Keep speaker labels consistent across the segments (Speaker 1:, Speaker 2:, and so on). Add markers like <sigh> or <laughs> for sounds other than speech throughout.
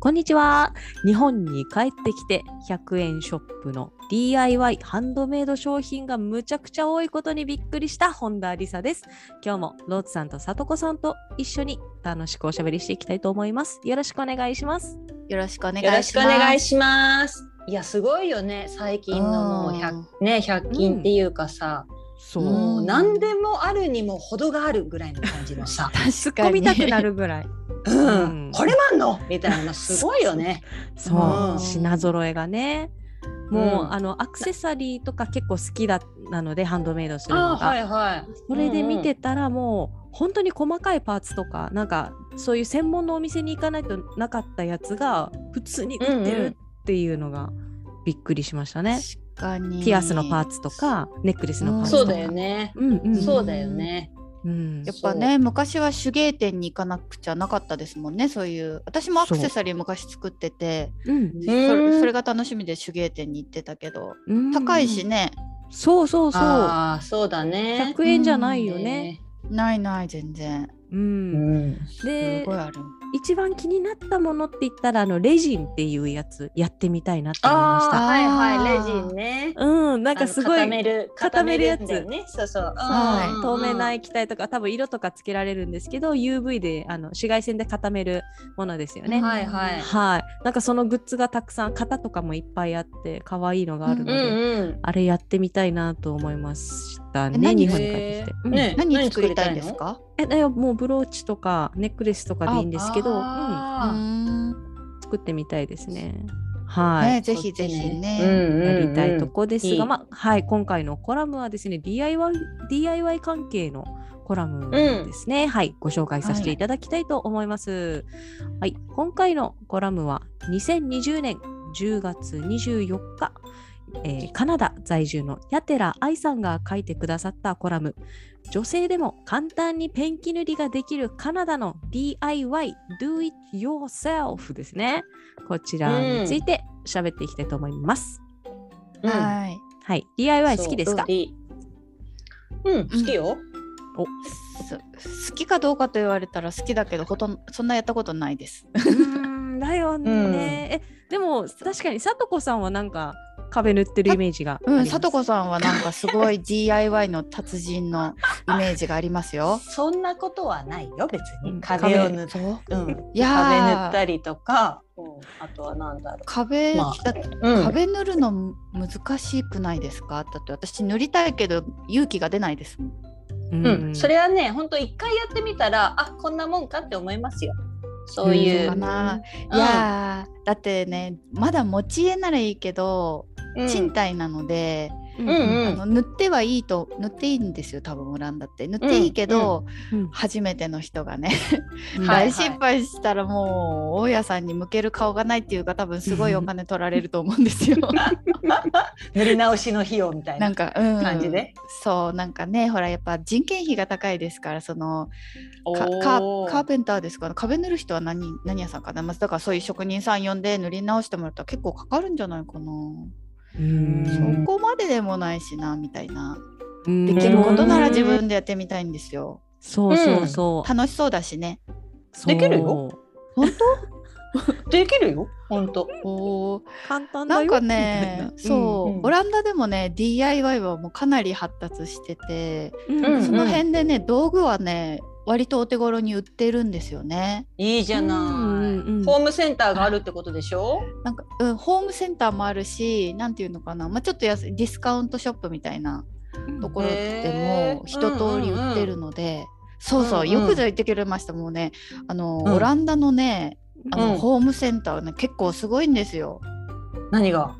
Speaker 1: こんにちは。日本に帰ってきて100円ショップの DIY ハンドメイド商品がむちゃくちゃ多いことにびっくりした本田理沙です。今日もローズさんとさとこさんと一緒に楽しくおしゃべりしていきたいと思います。よろしくお願いします。
Speaker 2: よろしくお願いし
Speaker 3: よ
Speaker 2: ま
Speaker 3: ろ
Speaker 2: す
Speaker 3: しくお願いしますいやすごいよね最近のもう
Speaker 2: う
Speaker 3: 100, ね、100均っていうかさ、
Speaker 1: そ
Speaker 2: ん、
Speaker 3: もう何でもあるにも程があるぐらいの感じのさ
Speaker 2: 確
Speaker 1: 突っ込みたくな
Speaker 2: る
Speaker 1: るぐらい。
Speaker 3: うん
Speaker 1: うん
Speaker 3: これもあんのみたいなすごいよね。
Speaker 1: そう、
Speaker 3: うん
Speaker 1: 品揃えがね。もう、
Speaker 3: うん
Speaker 1: あのアクセサリーとか結構好きだなのでハンドメイドする
Speaker 3: あ
Speaker 1: の
Speaker 3: ーは
Speaker 1: が。
Speaker 3: いはい。
Speaker 1: それで見てたらもう本当に細かいパーツとかなんかそういう専門のお店に行かないとなかったやつが普通に売って
Speaker 3: うんうん
Speaker 1: るっていうのがびっくりしましたね。
Speaker 2: 確かに
Speaker 1: ピアスのパーツとかネックレスのパーツと
Speaker 3: そ
Speaker 1: か。
Speaker 3: うだよ。ね。
Speaker 1: うんうん。
Speaker 3: そうだよね。
Speaker 1: うん
Speaker 2: やっぱね昔は手芸店に行かなくちゃなかったですもんねそういう私もアクセサリー昔作ってて
Speaker 1: うん
Speaker 2: それそれが楽しみで手芸店に行ってたけど
Speaker 1: うん
Speaker 2: 高いし。ね
Speaker 1: そうそうそう。
Speaker 3: ああそうだね。
Speaker 1: 100円じゃないよね。
Speaker 2: ないない全然
Speaker 1: う。
Speaker 3: うんん。
Speaker 1: です
Speaker 2: ごいある
Speaker 1: 一番気になったものって言ったらあのレジンっていうやつやってみたいなって思いまし
Speaker 3: あ
Speaker 1: た。
Speaker 3: あはいは
Speaker 2: あ
Speaker 3: いレ
Speaker 2: ー
Speaker 3: ジンね。
Speaker 1: うん、なんかすごい
Speaker 3: あの固める
Speaker 1: 固めるやつ
Speaker 3: 固めんだよね。そうそう。
Speaker 2: はい
Speaker 3: うん
Speaker 1: 透明な液体とか多分色とかつけられるんですけど UV であの紫外線で固めるものですよね。
Speaker 3: はいはい。
Speaker 1: はいなんかそのグッズがたくさん型とかもいっぱいあって可愛いのがあるの
Speaker 3: う
Speaker 1: で、
Speaker 3: んうん。
Speaker 1: あれやってみたいなと思いました
Speaker 2: え
Speaker 1: ね
Speaker 2: 何
Speaker 1: 日本に帰ってきて。うん
Speaker 3: ね
Speaker 2: 何作りたいんですか
Speaker 1: えだよもうブローチとかネックレスとかでいいんですけど、うん、
Speaker 3: あ
Speaker 2: うん
Speaker 1: 作ってみたいですね。はい、
Speaker 2: ね
Speaker 3: ー
Speaker 2: ぜひぜひ
Speaker 3: うん
Speaker 2: ね
Speaker 3: うんうん
Speaker 1: やりたいとこですが、
Speaker 3: うんうん
Speaker 1: まあはい、今回のコラムはですね DIY, DIY 関係のコラムですね、はい、ご紹介させていただきたいと思います、はい今回のコラムは2020年10月24日、えーカナダ在住のヤテラ愛さんが書いてくださったコラム女性でも簡単にペンキ塗りができるカナダの DIY Do It Yourself ですねこちらについて喋っていきたいと思います、
Speaker 3: うん
Speaker 2: はい
Speaker 1: はい、DIY 好きですか
Speaker 3: そういいうん、好きよ。
Speaker 2: そ好きかどうかと言われたら好きだけどほとんそんなやったことないです。
Speaker 1: うーんだよね、
Speaker 3: うん
Speaker 1: えでも確かにさとこさんはなんか壁塗ってるイメージがあり
Speaker 2: う
Speaker 1: ま
Speaker 2: ん、
Speaker 1: す
Speaker 2: さとこさんはなんかすごい DIY の達人のイメージがありますよ。
Speaker 3: そんなことはないよ別
Speaker 1: うん
Speaker 3: に。壁を塗っ
Speaker 2: そう
Speaker 3: うん、
Speaker 2: いやー
Speaker 3: 壁塗ったりとか、うんあとはなんだろ
Speaker 2: 壁、
Speaker 3: ま
Speaker 2: だ
Speaker 3: う。うん、
Speaker 2: 壁塗るの難しくないですかだって私塗りたいけど勇気が出ないですもん。
Speaker 1: うん
Speaker 3: うん、それはね、本当一回やってみたら、あ、こんなもんかって思いますよ。そう
Speaker 2: そ
Speaker 3: いうう。
Speaker 2: かな、
Speaker 3: うん
Speaker 2: いやーだってねまだ持ち家ならいいけど、
Speaker 3: うん
Speaker 2: 賃貸なので、
Speaker 1: うん
Speaker 3: うん
Speaker 2: あの塗ってはいいと塗っていいんですよ多分オランダって塗っていいけど、
Speaker 1: うんうん
Speaker 2: 初めての人がね
Speaker 1: うん
Speaker 3: は
Speaker 2: 大
Speaker 3: い
Speaker 2: 失敗したらもう大家さんに向ける顔がないっていうか多分すごいお金取られると思うんです
Speaker 3: <laughs>
Speaker 2: よ
Speaker 3: <laughs> 塗り直しの費用みたい
Speaker 2: な
Speaker 3: なん
Speaker 2: か、うん、
Speaker 3: 感じで。
Speaker 2: そうなんかねほらやっぱ人件費が高いですからその
Speaker 3: お
Speaker 2: かカ
Speaker 3: ー
Speaker 2: ーカーペンターですかね壁塗る人は何何屋さんかな、まあ、だからそういう職人さん呼んで塗り直してもらったら結構かかるんじゃないか
Speaker 1: う
Speaker 2: な、
Speaker 1: ん
Speaker 3: そう
Speaker 2: ここまででもないしなみたいな
Speaker 1: うん
Speaker 2: できることなら自
Speaker 1: うん
Speaker 2: 分でやってみたいんですよ
Speaker 1: そうそうそう、
Speaker 2: 楽しそうだしね
Speaker 1: そう
Speaker 3: できるよできるよ。本当。
Speaker 2: おー
Speaker 1: 簡単だ
Speaker 2: な
Speaker 1: よ
Speaker 2: んかね、そう、
Speaker 3: うん
Speaker 2: オランダでもね DIY はもうかなり発達してて、
Speaker 1: みたいな、
Speaker 3: うん
Speaker 2: その辺でね道具はね割とお手頃に売ってるんですよね。
Speaker 3: いいじゃない。
Speaker 1: うんうんうん
Speaker 3: ホームセンターがあるってことでしょ。
Speaker 2: なんか、うん、ホームセンターもあるしなんていうのかな、まあ、ちょっと安いディスカウントショップみたいなところで
Speaker 3: へ
Speaker 2: も
Speaker 3: ー
Speaker 2: 一通り売ってるので、そうそう、
Speaker 3: うんうん
Speaker 2: よくぞ言ってくれましたもうねあの、
Speaker 3: うん
Speaker 2: オランダのねあの、
Speaker 3: うん
Speaker 2: ホームセンターはね結構すごいんですよ。
Speaker 3: 何が。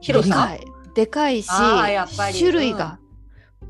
Speaker 3: 広さ。
Speaker 2: でかいでかいし
Speaker 3: あーやっぱり
Speaker 2: 種類が、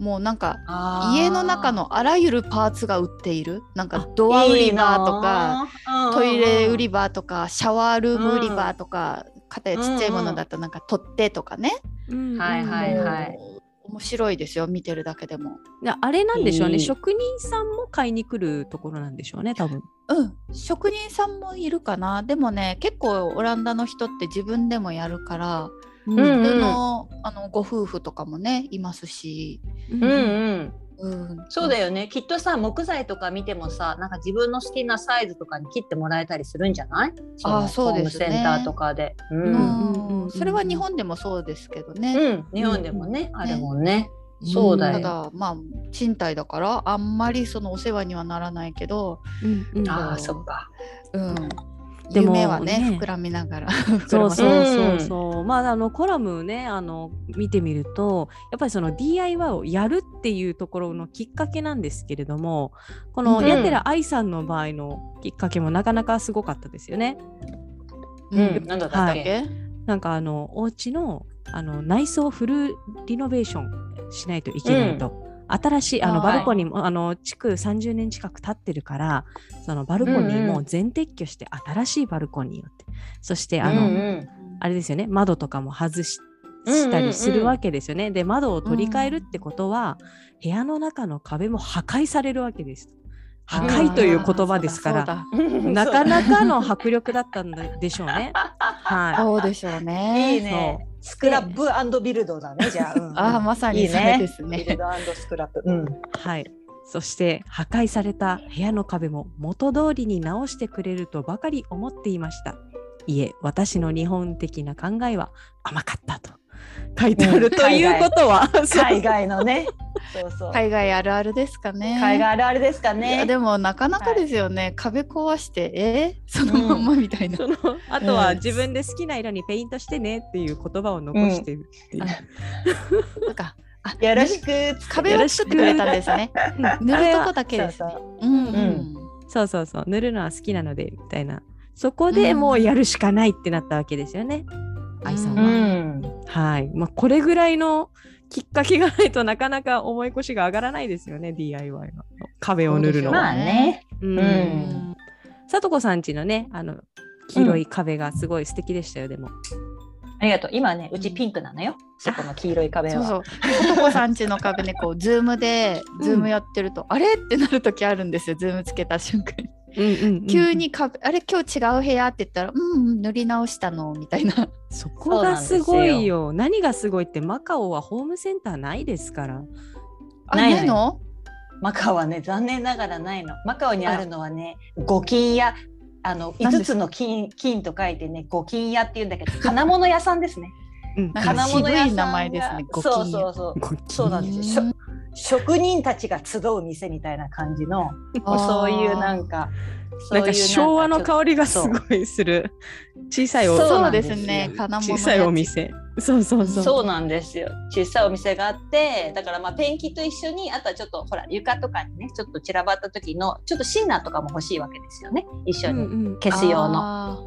Speaker 2: もうなんか
Speaker 3: あー
Speaker 2: 家の中のあらゆるパーツが売っているなんかドア売り場とかトイレ売り場とかシャワールーム売り場とか、片やちっちゃいものだったらなんか取っ手とかね、
Speaker 1: うんうん
Speaker 3: はいはいはい
Speaker 2: もう面白いですよ見てるだけでも。
Speaker 1: いやあれなんでしょうね、
Speaker 3: いい
Speaker 1: 職人さんも買いに来るところなんでしょうね多分
Speaker 2: うん、職人さんもいるかなでもね結構オランダの人って自分でもやるから
Speaker 1: うん
Speaker 3: うん
Speaker 2: 普通の,、あのご夫婦とかもねいますし、
Speaker 1: うん
Speaker 3: うんう
Speaker 1: うん
Speaker 3: ん
Speaker 2: うん、
Speaker 3: そうだよねきっとさ木材とか見てもさなんか自分の好きなサイズとかに切ってもらえたりするんじゃないの
Speaker 2: そうですね
Speaker 3: ホームセンターとかでう、
Speaker 2: うんん
Speaker 1: うんうんうん
Speaker 2: それは日本でもそうですけどね、
Speaker 3: うん、日本でもね、あるもんね
Speaker 1: うん
Speaker 3: そうだ
Speaker 2: た
Speaker 3: よ
Speaker 2: だまあ賃貸だからあんまりそのお世話にはならないけど、
Speaker 1: うんうん
Speaker 3: ああそっか
Speaker 2: うん、
Speaker 1: でも
Speaker 2: 夢はね
Speaker 1: ね
Speaker 2: 膨らみながら
Speaker 1: そう
Speaker 2: 膨らませ
Speaker 1: そうそうそう、まああのコラムねあの見てみるとやっぱりその DIY をやるっていうところのきっかけなんですけれどもこの
Speaker 2: うん
Speaker 1: 矢寺愛さんの場合のきっかけもなかなかすごかったですよね。
Speaker 3: うん
Speaker 2: うん
Speaker 3: なんだっ
Speaker 1: は
Speaker 3: たっ
Speaker 2: だ
Speaker 3: け、
Speaker 2: け
Speaker 1: なんかあのお家のあの内装をフルリノベーションしないといけないと。新しいあの
Speaker 2: あー
Speaker 1: バルコニーも、あの築30年近く経ってるからそのバルコニー
Speaker 3: うんう
Speaker 1: も
Speaker 3: ん
Speaker 1: 全撤去して新しいバルコニーをって、そしてあ
Speaker 3: うん <laughs>
Speaker 1: の、
Speaker 3: うん
Speaker 1: あれですよね窓とかも外し
Speaker 3: うんうんう
Speaker 1: し
Speaker 3: ん
Speaker 1: たりするわけですよね。で窓を取り替えるってことは、部屋の中の壁も破壊されるわけです。破壊という言葉ですか
Speaker 2: あーそう
Speaker 1: ら
Speaker 2: だ
Speaker 1: なかなかの迫力だったんでしょうね。
Speaker 2: そうだ
Speaker 1: は
Speaker 2: そうでしょうね。
Speaker 3: いいね。スクラップビルドだね、じゃあ。う
Speaker 2: <laughs>
Speaker 3: ん
Speaker 2: ああまさにそれですね。
Speaker 3: ビルドスクラップ。
Speaker 2: <laughs>
Speaker 3: うん。
Speaker 1: い、はい、そして破壊された部屋の壁も元通りに直してくれるとばかり思っていました。いえ私の日本的な考えは甘かったと書いてある、
Speaker 3: うん
Speaker 1: ということは <laughs> そう
Speaker 3: 海外のね。そうそう。
Speaker 2: 海外あるあるですかね。
Speaker 3: 海外あるあるです
Speaker 2: い
Speaker 3: か
Speaker 2: や
Speaker 3: ね。
Speaker 2: でもなかなかですよね、壁壊してえーそのまんまみ
Speaker 1: <laughs>
Speaker 2: たいな、
Speaker 1: そのあと
Speaker 3: う
Speaker 1: は
Speaker 3: ん
Speaker 1: 自分で好きな色にペイントしてねっていう言葉を残してるっていう、
Speaker 2: うんなんかあ
Speaker 3: よろしく。
Speaker 2: 壁を作ってくれたんですね
Speaker 1: うん
Speaker 2: 塗
Speaker 1: あれ
Speaker 2: るとこ
Speaker 1: は
Speaker 2: だけですね
Speaker 3: そうそう
Speaker 2: うんう
Speaker 3: うん
Speaker 1: そうそうそう塗るのは好きなのでみたいなそこでもうやるしかないってなったわけですよね、愛さん
Speaker 3: う
Speaker 1: は、
Speaker 3: ん。
Speaker 1: はい、まあ、これぐらいのきっかけがないとなかなか重い腰が上がらないですよね DIY の壁を塗るの
Speaker 3: ま
Speaker 1: は
Speaker 3: あ。ね。
Speaker 1: うん
Speaker 3: う
Speaker 2: うんん
Speaker 1: さとこさんちのねあの黄色い壁がすごい素敵でしたよ、でも。
Speaker 3: ありがとう。今ね、うちピンクなのよ。そこの黄色い壁
Speaker 2: そう
Speaker 3: は。
Speaker 2: そう男さんちの壁ね
Speaker 3: <laughs>
Speaker 2: こうズームで
Speaker 1: うん
Speaker 2: ズームやってると、あれってなる時あるんですよズームつけた瞬間に
Speaker 1: うんうんうん
Speaker 2: 急に壁あれ今日違う部屋って言ったらうんうん塗り直したのみたいな
Speaker 1: そこがすごいよ何がすごいってマカオはホームセンターないですから。
Speaker 2: あ
Speaker 3: な
Speaker 2: ないい
Speaker 3: ない
Speaker 2: の
Speaker 3: マカオはね、残念ながらないの。マカオにあるのはね、五金屋。あの
Speaker 2: 何です
Speaker 3: 5つの金金と書いてね五金屋って言うんだけど金物屋さんですね
Speaker 1: うん
Speaker 2: なんか <laughs>
Speaker 3: 金
Speaker 2: 渋
Speaker 3: 物
Speaker 2: い
Speaker 3: 屋さんが
Speaker 2: 名前ですね五金
Speaker 3: そ
Speaker 2: 屋
Speaker 3: うそうそうそうなんです
Speaker 2: う
Speaker 3: よ
Speaker 2: ん
Speaker 3: 職人たちが集う店みたいな感じ
Speaker 2: あ
Speaker 3: の
Speaker 2: ー
Speaker 3: そういうなんか
Speaker 1: <laughs> なんか昭和の香りがす
Speaker 3: そう
Speaker 1: ごいする小さいお
Speaker 3: そう
Speaker 2: そ
Speaker 3: な
Speaker 2: うんで
Speaker 3: ですよ
Speaker 2: すね金物
Speaker 1: 小さいお店そうそうそう
Speaker 3: そうなんですよ小さいお店があってだからまあペンキと一緒にあとはちょっとほら床とかにねちょっと散らばった時のちょっとシンナーとかも欲しいわけですよね一緒
Speaker 1: うん
Speaker 3: に
Speaker 1: うん
Speaker 3: 消す用の。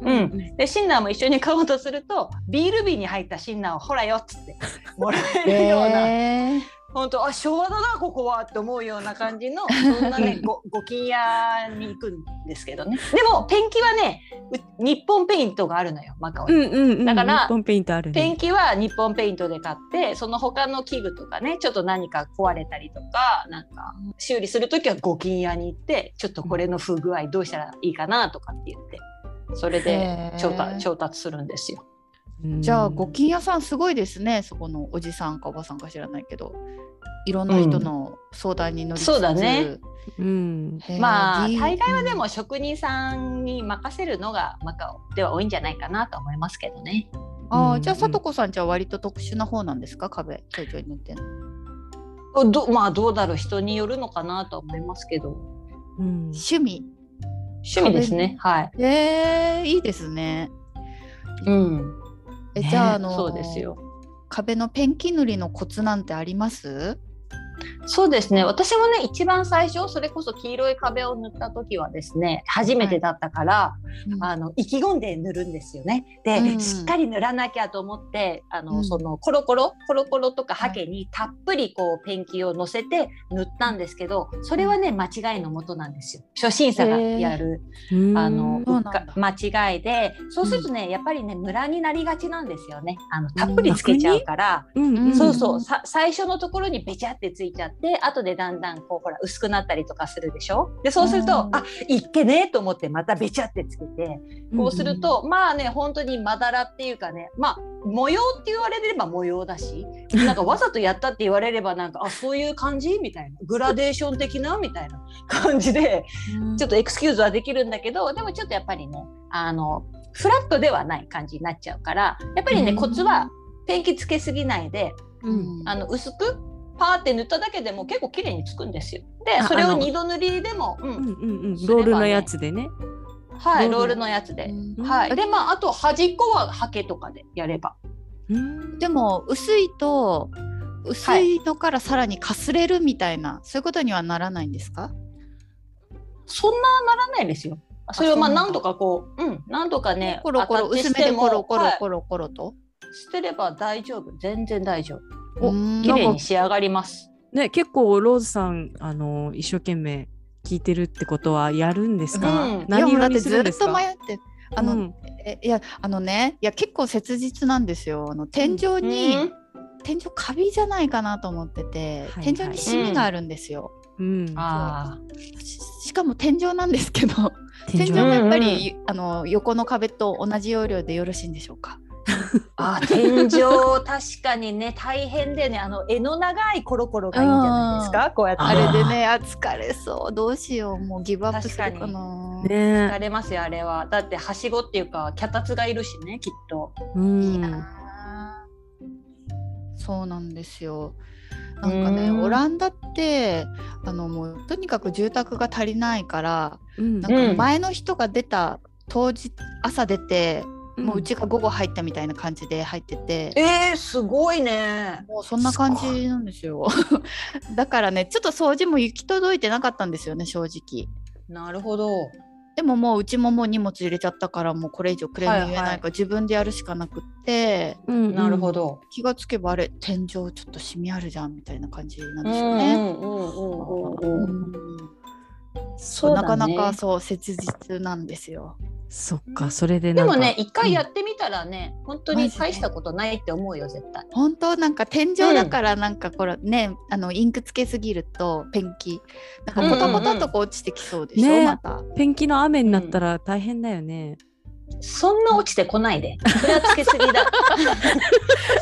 Speaker 2: の
Speaker 3: うんでシンナーも一緒に買おうとするとビール瓶に入ったシンナーをほらよっつってもらえるような、
Speaker 2: えー、
Speaker 3: 本当あ昭和だなここはって思うような感じ
Speaker 2: <laughs>
Speaker 3: のそんなねごご金屋に行くんですけどねでもペンキはねう日本ペイントがあるのよマカオに
Speaker 1: うんうんうん
Speaker 3: だから
Speaker 1: 日本ペイントある
Speaker 3: ペン
Speaker 1: ね
Speaker 3: キは日本ペイントで買ってその他の器具とかねちょっと何か壊れたりとかなんか修理する時は五金屋に行ってちょっとこれの不具合どうしたらいいかなとかって言ってそれで
Speaker 2: へー
Speaker 3: 調達調達するんですよ。
Speaker 1: うん
Speaker 2: じゃあご金屋さんすごいですねそこのおじさんかおばさんか知らないけどいろんな人の相談に乗りつつ、
Speaker 3: そうだね
Speaker 1: うん
Speaker 2: へー
Speaker 3: まあ
Speaker 2: D-
Speaker 3: 大概はでも職人さんに任せるのがマカオでは多いんじゃないかなと思いますけどね。
Speaker 2: あ
Speaker 1: う
Speaker 2: あ
Speaker 1: ん
Speaker 2: じゃあさとこさんじゃあ割と特殊な方なんですか壁ちょいちょい塗ってんの
Speaker 3: どまあどうだろう人によるのかなと思いますけど
Speaker 1: うん
Speaker 2: 趣味
Speaker 3: 趣味ですねはい。
Speaker 2: えー、いいですね
Speaker 3: うん、
Speaker 2: え
Speaker 1: ね
Speaker 2: じゃああの
Speaker 3: そうですよ。
Speaker 2: 壁のペンキ塗りのコツなんてあります
Speaker 3: そうですね私もね一番最初それこそ黄色い壁を塗った時はですね初めてだったから、
Speaker 2: うん
Speaker 3: あの意気込んで塗るんですよね。で、
Speaker 2: うん
Speaker 3: しっかり塗らなきゃと思ってあの、
Speaker 2: うん
Speaker 3: そのコロコロコロコロとかハケにたっぷりこうペンキをのせて塗ったんですけどそれはね間違いのもとなんですよ初心者がやる、あの
Speaker 2: そうう
Speaker 3: っ
Speaker 2: なん
Speaker 3: か
Speaker 2: だ
Speaker 3: 間違いでそうするとね、やっぱりねムラになりがちなんですよねあのたっぷりつけちゃうから、
Speaker 1: うんうん、
Speaker 3: そうそうさ最初のところにべちゃってついちゃって後でだんだんこうほら薄くなったりとかするでしょでそうすると、
Speaker 2: うん
Speaker 3: あいっけねえと思ってまたべちゃってつけてこうすると、まあね本当にまだらっていうかねまあ模様って言われれば模様だしなんかわざとやったって言われればなんかあそういう感じみたいなグラデーション的なみたいな感じでちょっとエクスキューズはできるんだけどでもちょっとやっぱりねあのフラットではない感じになっちゃうからやっぱりね、
Speaker 2: うん
Speaker 3: コツはペンキつけすぎないで
Speaker 1: うん
Speaker 3: あの薄くパーって塗っただけでも結構綺麗につくんですよ。で
Speaker 1: あ
Speaker 3: それ
Speaker 1: あ
Speaker 3: を
Speaker 1: の
Speaker 3: 二度塗りでも、う
Speaker 1: うん
Speaker 3: ん
Speaker 1: うんうん、
Speaker 3: すれば
Speaker 1: ロー
Speaker 3: ね
Speaker 1: ルのやつでね。
Speaker 3: は
Speaker 1: ロール
Speaker 3: いロールのやつで。
Speaker 2: うん
Speaker 3: はい、でまああと端っこはハケとかでやれば。
Speaker 1: うん
Speaker 2: でも薄いと薄いのからさらにかすれるみたいな、そういうことにはならないんですか
Speaker 3: そんなならないですよ。それをまあ
Speaker 2: そうなん
Speaker 3: な
Speaker 2: だ
Speaker 3: んとかこう、うん、なんとかね、
Speaker 2: コロコロ
Speaker 3: 当たって
Speaker 2: 薄
Speaker 3: し
Speaker 2: め
Speaker 3: て
Speaker 2: で
Speaker 3: も
Speaker 2: コロコロ
Speaker 3: はい
Speaker 2: コロコロと、
Speaker 3: 捨てれば大丈夫、全然大丈夫。
Speaker 2: お
Speaker 1: う
Speaker 3: 綺麗
Speaker 1: なん
Speaker 3: に
Speaker 1: か
Speaker 3: 仕上がります。
Speaker 1: ね、結構ローズさん、あの一生懸命聞いてるってことはやるんですか。
Speaker 3: うん
Speaker 2: いや
Speaker 1: 何
Speaker 2: もう
Speaker 1: 色
Speaker 2: だって
Speaker 1: にす
Speaker 2: ず
Speaker 1: る
Speaker 2: っ
Speaker 1: んですか。
Speaker 2: と迷ってあの、
Speaker 1: うん
Speaker 2: えいやあのねいや結構切実なんですよあの天井に、
Speaker 3: うん
Speaker 2: 天井カビじゃないかなと思ってて、
Speaker 1: はい
Speaker 2: 天井にシミがあるんですよ、
Speaker 1: うん、
Speaker 3: あ
Speaker 2: ししかも天井なんですけど
Speaker 1: 天
Speaker 2: 天井
Speaker 1: 井
Speaker 2: も
Speaker 3: ね
Speaker 2: やっぱり、あの横の壁と同じ要領でよろしいんでしょうか
Speaker 3: ーあー、天井、確かにね、大変でね、あの柄の長いコロコロがいいんじゃないですか、こうやって。
Speaker 1: あ
Speaker 2: あ
Speaker 1: ー
Speaker 2: れでねあ疲れそうどうしようもうギブアップするかな
Speaker 1: ね
Speaker 3: 疲れますよ、あれは。だって、はしごっていうか、脚立がいるしね、きっと。
Speaker 1: うん
Speaker 2: いいなあそうなんですよなんかね
Speaker 3: うん
Speaker 2: オランダってあのもうとにかく住宅が足りないから
Speaker 1: うん
Speaker 2: なん
Speaker 3: う
Speaker 2: か
Speaker 3: ん
Speaker 2: 前の人が出た当日朝出て、もううちが午後入ったみたいな感じで入ってて、
Speaker 3: えー、すごいね。
Speaker 2: もうそんな感じなんですよだからねちょっと掃除も行き届いてなかったんですよね正直
Speaker 3: なるほど。
Speaker 2: でももううちももう荷物入れちゃったからもうこれ以上クレーム言えないから、
Speaker 3: はいは
Speaker 2: 自分でやるしかなくって
Speaker 1: うんうん
Speaker 3: なるほど。
Speaker 2: 気がつけばあれ天井ちょっとシミあるじゃんみたいな感じなんで
Speaker 3: うん
Speaker 2: す
Speaker 3: う
Speaker 2: よ
Speaker 3: ん
Speaker 2: ね、
Speaker 3: うんうんうん。
Speaker 2: そ
Speaker 3: そううだ
Speaker 2: な
Speaker 3: ね
Speaker 2: かなかそう切実なんですよ
Speaker 1: そっか、それで
Speaker 3: で
Speaker 1: なん
Speaker 3: も
Speaker 1: か。
Speaker 3: ね、一回やってみたらね、本当
Speaker 2: マ
Speaker 3: に
Speaker 2: ジで
Speaker 3: 大したことないって思うよ、絶対。
Speaker 2: 本当なんか天井だからなんかこれね、あのインクつけすぎるとペンキなんかポタポタとこう落ちてきそうでしょ、
Speaker 1: うんうんうんね
Speaker 2: また
Speaker 1: ペンキの雨になったら大変だよね。
Speaker 3: そんな落ちてこないで。それはつけすぎだ。 <laughs>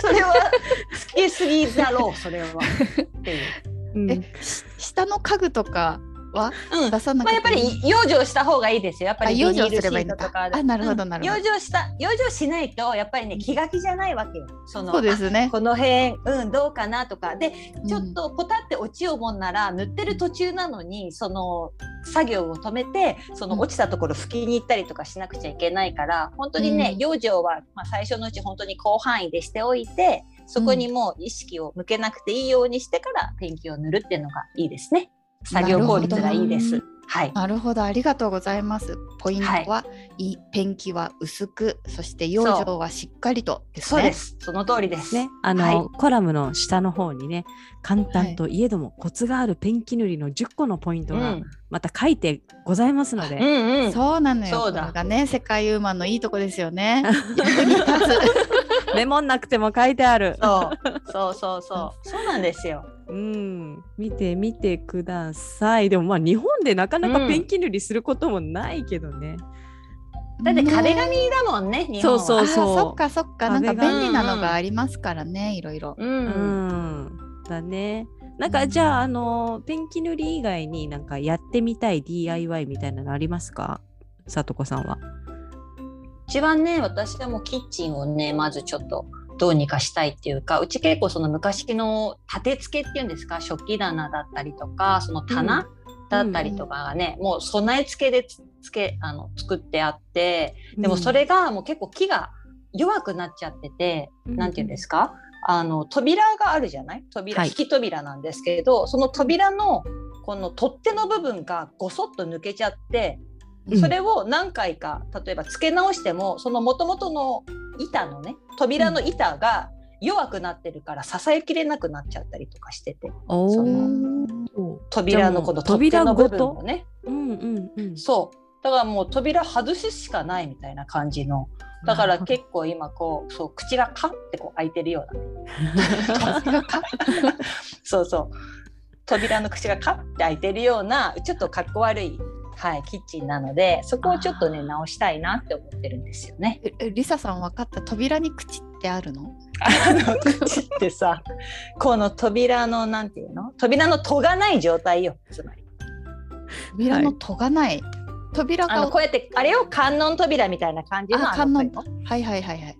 Speaker 3: それはつけすぎだろう、 <laughs> それは。っていう。
Speaker 1: うん
Speaker 2: えし下の家具とかは
Speaker 3: うん。
Speaker 2: 出さな
Speaker 3: まあ、
Speaker 2: く
Speaker 3: やっぱり養生した方がいいですよ。やっぱり
Speaker 2: あ
Speaker 3: ビニ
Speaker 2: 養
Speaker 3: ール
Speaker 2: 生す
Speaker 3: シ
Speaker 2: ればいい
Speaker 3: ー
Speaker 2: の
Speaker 3: ト
Speaker 2: か
Speaker 3: とかで。
Speaker 2: あなるほどなるほど
Speaker 3: うん養生した、養生しないと、やっぱりね、気が気じゃないわけよ。その。
Speaker 2: そうで
Speaker 3: あ
Speaker 2: すね。
Speaker 3: この辺、うん、どうかなとか。で、ちょっ
Speaker 2: うん
Speaker 3: とポタって落ちようもんなら塗ってる途中なのにその作業を止めてその落ちたところ拭きに行ったりとかしなくちゃいけないから本当にね、
Speaker 2: うん
Speaker 3: 養生は、まあ、最初のうち本当に広範囲でしておいてそこにもう意識を向けなくていいようにしてからペンキを塗るっていうのがいいですね作業効率がいいで
Speaker 1: な
Speaker 3: す
Speaker 1: る。
Speaker 3: はい、
Speaker 2: なるほどありがとうございます。ポイントは、い、ペンキは薄くそして養生はしっかりとです
Speaker 3: そうで
Speaker 2: ね。
Speaker 3: す。その通りです。
Speaker 1: ね、あの、
Speaker 3: はい
Speaker 1: コラムの下の方にね簡単といえどもコツがあるペンキ塗りの10個のポイン
Speaker 3: う
Speaker 1: トが
Speaker 3: ん、
Speaker 1: また書いてございますので、
Speaker 3: うん、うん、
Speaker 2: そうなのよ。
Speaker 3: そうだ
Speaker 2: これがね世界ウーマンのいいとこですよ
Speaker 3: <laughs>
Speaker 2: ね。役に立つ。
Speaker 1: メモんなくても書いてある。
Speaker 3: そう、そう、そう、そう、そうなんですよ。
Speaker 1: うん、見てみてください。でもまあ日本でなかな
Speaker 3: う
Speaker 1: か
Speaker 3: ん
Speaker 1: ペンキ塗りすることもないけどね。
Speaker 3: だって壁
Speaker 2: ね。
Speaker 3: 紙だもんね、日本
Speaker 1: そ
Speaker 3: は。
Speaker 1: うそう
Speaker 2: あーそっかそっかなんか便利なのがありますからねいろいろ。
Speaker 3: う。
Speaker 1: うんん、だね。なん
Speaker 2: う
Speaker 1: か
Speaker 2: ん
Speaker 1: じゃああのペンキ塗り以外になんかやってみたい DIY みたいなのありますか？さとこさんは。
Speaker 3: 一番ね私はもうキッチンをねまずちょっとどうにかしたいっていうかうち結構その昔の立て付けっていうんですか食器棚だったりとかその棚、だったりとかがね、もう備え付けでつつけあの作ってあってでもそれがもう結構木が弱くなっちゃってて、
Speaker 1: うん
Speaker 3: なんていうんですかあの扉があるじゃない扉、
Speaker 1: はい
Speaker 3: 引き扉なんですけどその扉のこの取っ手の部分がごそっと抜けちゃって
Speaker 1: うん
Speaker 3: それを何回か例えば付け直してもその元々の板のね扉の板が弱くなってるから支えきれなくなっちゃったりとかしてて
Speaker 1: お
Speaker 3: そ
Speaker 1: ー
Speaker 2: の
Speaker 3: 扉のこの取っ手の部分をね
Speaker 1: うんうんうん。
Speaker 3: そうだからもう扉外すしかないみたいな感じのだから結構今こうそう口がカッてこう開いてるような
Speaker 1: <laughs>
Speaker 3: <laughs> そうそう扉の口がカッて開いてるようなちょっとかっこ悪い、はい、キッチンなのでそこをちょっとね
Speaker 1: あー
Speaker 3: 直したいなって思ってるんですよね。
Speaker 2: ええリサさん分かった扉に口ってあるの
Speaker 3: あの口ってさこの扉のなんていうの扉の戸がない状態よつまり
Speaker 2: 扉の戸がない、扉
Speaker 3: あ
Speaker 2: が
Speaker 3: のこうやってあれを観音扉みたいな感じの
Speaker 2: あ
Speaker 3: あの
Speaker 2: 観音はいはいはいはい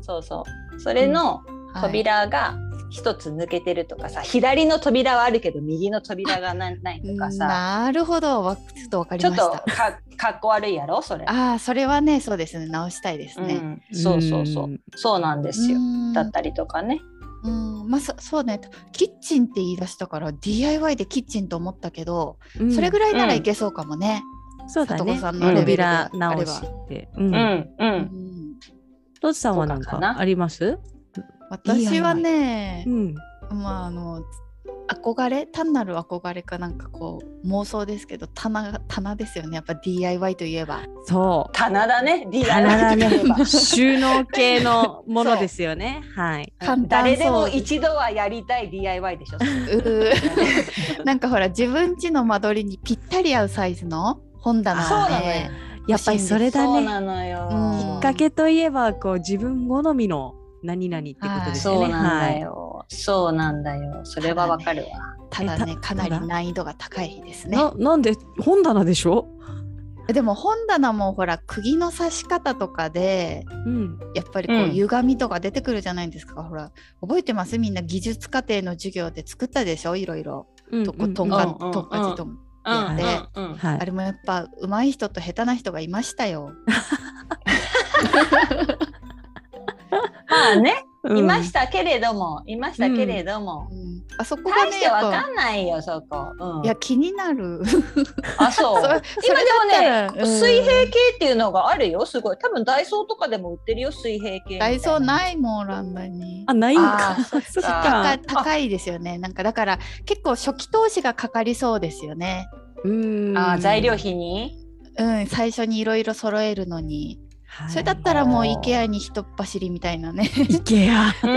Speaker 3: そうそうそれの
Speaker 2: はい
Speaker 3: 扉が一つ抜けてるとかさ、左の扉はあるけど右の扉がなないとかさ
Speaker 2: なるほどわちょっと分かり
Speaker 3: ちょ
Speaker 2: ま
Speaker 3: っ
Speaker 2: し
Speaker 3: と
Speaker 2: た
Speaker 3: かかっこ悪いやろそれ。
Speaker 2: ああそれはねそうですね直したいですね、
Speaker 3: うん、 <laughs> そうそうそう
Speaker 1: うん
Speaker 3: そうなんですよ。
Speaker 2: うん
Speaker 3: だったりとかね。
Speaker 2: うんまあそそうねキッチンって言い出したから DIY でキッチンと思ったけど、
Speaker 1: うん
Speaker 2: それぐらいなら
Speaker 3: うん
Speaker 2: いけそうかもね、
Speaker 1: そうだ
Speaker 2: さとこ
Speaker 1: ね
Speaker 2: さん
Speaker 3: のレベ
Speaker 2: ルが
Speaker 1: 扉
Speaker 2: あれば
Speaker 1: 直しって。う。
Speaker 3: うんんう
Speaker 2: うん
Speaker 3: ん。
Speaker 1: トツさんはなん
Speaker 3: そうか
Speaker 1: か
Speaker 3: な
Speaker 1: あります？
Speaker 2: 私はね
Speaker 1: うん。
Speaker 2: まああの憧れ単なる憧れかなんかこう妄想ですけど棚が棚ですよねやっぱ DIY といえば
Speaker 1: そう。
Speaker 3: 棚だね。ディナ
Speaker 1: 棚だね
Speaker 3: ーとい <laughs> えば。
Speaker 1: 収納系のものですよね。はい。
Speaker 2: 簡単
Speaker 3: 誰で
Speaker 2: そ
Speaker 3: も
Speaker 2: う
Speaker 3: 一度はやりたい DIY でしょ。
Speaker 2: うーなんかほら自分家の間取りにぴったり合うサイズの本棚
Speaker 3: そう
Speaker 2: を
Speaker 3: なのよ
Speaker 2: ね。
Speaker 1: やっぱりそれだ
Speaker 3: そう
Speaker 1: ね。
Speaker 3: なのよ。
Speaker 2: うん
Speaker 1: きっかけといえばこう自分好みの何々ってことです
Speaker 3: そ
Speaker 1: よ
Speaker 3: う
Speaker 1: ね。
Speaker 3: なんだ
Speaker 1: い。
Speaker 3: よ。そうなんだよ。それはわかるわ。
Speaker 2: ただねかな
Speaker 1: た
Speaker 2: り
Speaker 1: だ
Speaker 2: 難易度が高いですね
Speaker 1: ななんで本棚でしょ？
Speaker 2: でも本棚もほら釘の刺し方とかで
Speaker 1: うん。
Speaker 2: やっぱりこう
Speaker 3: うん
Speaker 2: 歪みとか出てくるじゃないですか、ほら覚えてますみんな技術課程の授業で作ったでしょいろいろ
Speaker 1: うん
Speaker 2: とことん
Speaker 1: う
Speaker 2: か
Speaker 1: ん
Speaker 3: うんうん
Speaker 2: とんかつとん
Speaker 3: うん
Speaker 2: で
Speaker 3: うんうん。
Speaker 1: はい
Speaker 2: あ。れもやっぱ上手い人と下手な人がいましたよ
Speaker 3: まあね、
Speaker 1: うん
Speaker 3: いましたけれども、いましたけれども。
Speaker 2: うんあそこが
Speaker 3: 大し
Speaker 2: ね
Speaker 3: て
Speaker 2: やっ
Speaker 3: わ
Speaker 2: ぱ
Speaker 3: かんないよ、そこ。うん
Speaker 2: いや気になる
Speaker 3: あ、そ
Speaker 2: <laughs> そ
Speaker 3: う。今
Speaker 2: れ
Speaker 3: で
Speaker 2: それだったら
Speaker 3: もね、
Speaker 2: うん
Speaker 3: 水平系っていうのがあるよ、すごい。多分ダイソーとかでも売ってるよ、水平系。
Speaker 2: ダイソー
Speaker 3: い。
Speaker 2: ないもんオランダに
Speaker 1: あないんか
Speaker 3: あー。そっ
Speaker 1: そっ
Speaker 2: 高
Speaker 1: か
Speaker 2: い。高いですよねなんかだから結構初期投資がかかりそうですよね
Speaker 1: うん
Speaker 3: あー、材料。費に。
Speaker 2: うん最初にいろいろ揃えるのに
Speaker 1: はい
Speaker 2: それだったらもう
Speaker 3: はい
Speaker 2: IKEA にひとっ走りみたいなね
Speaker 1: IKEA。
Speaker 3: うん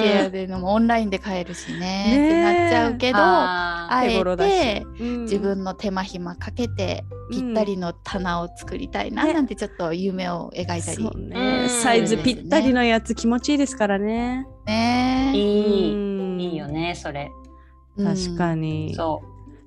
Speaker 2: IKEA でのもオンラインで買えるし
Speaker 1: ねえ
Speaker 2: ねってなっちゃうけどあ
Speaker 3: あ
Speaker 2: え
Speaker 1: 手頃だして
Speaker 2: 自分の手間暇かけてぴったりの棚を作りたいな
Speaker 1: ね
Speaker 2: なんてちょっと夢を描いたり
Speaker 1: そうね
Speaker 3: うん
Speaker 1: サイズぴったりのやつ気持ちいいですからね。
Speaker 3: ー
Speaker 2: ね
Speaker 3: いい、
Speaker 1: い
Speaker 3: いいよ。ね、それ。
Speaker 2: うん
Speaker 1: 確かに。
Speaker 3: そ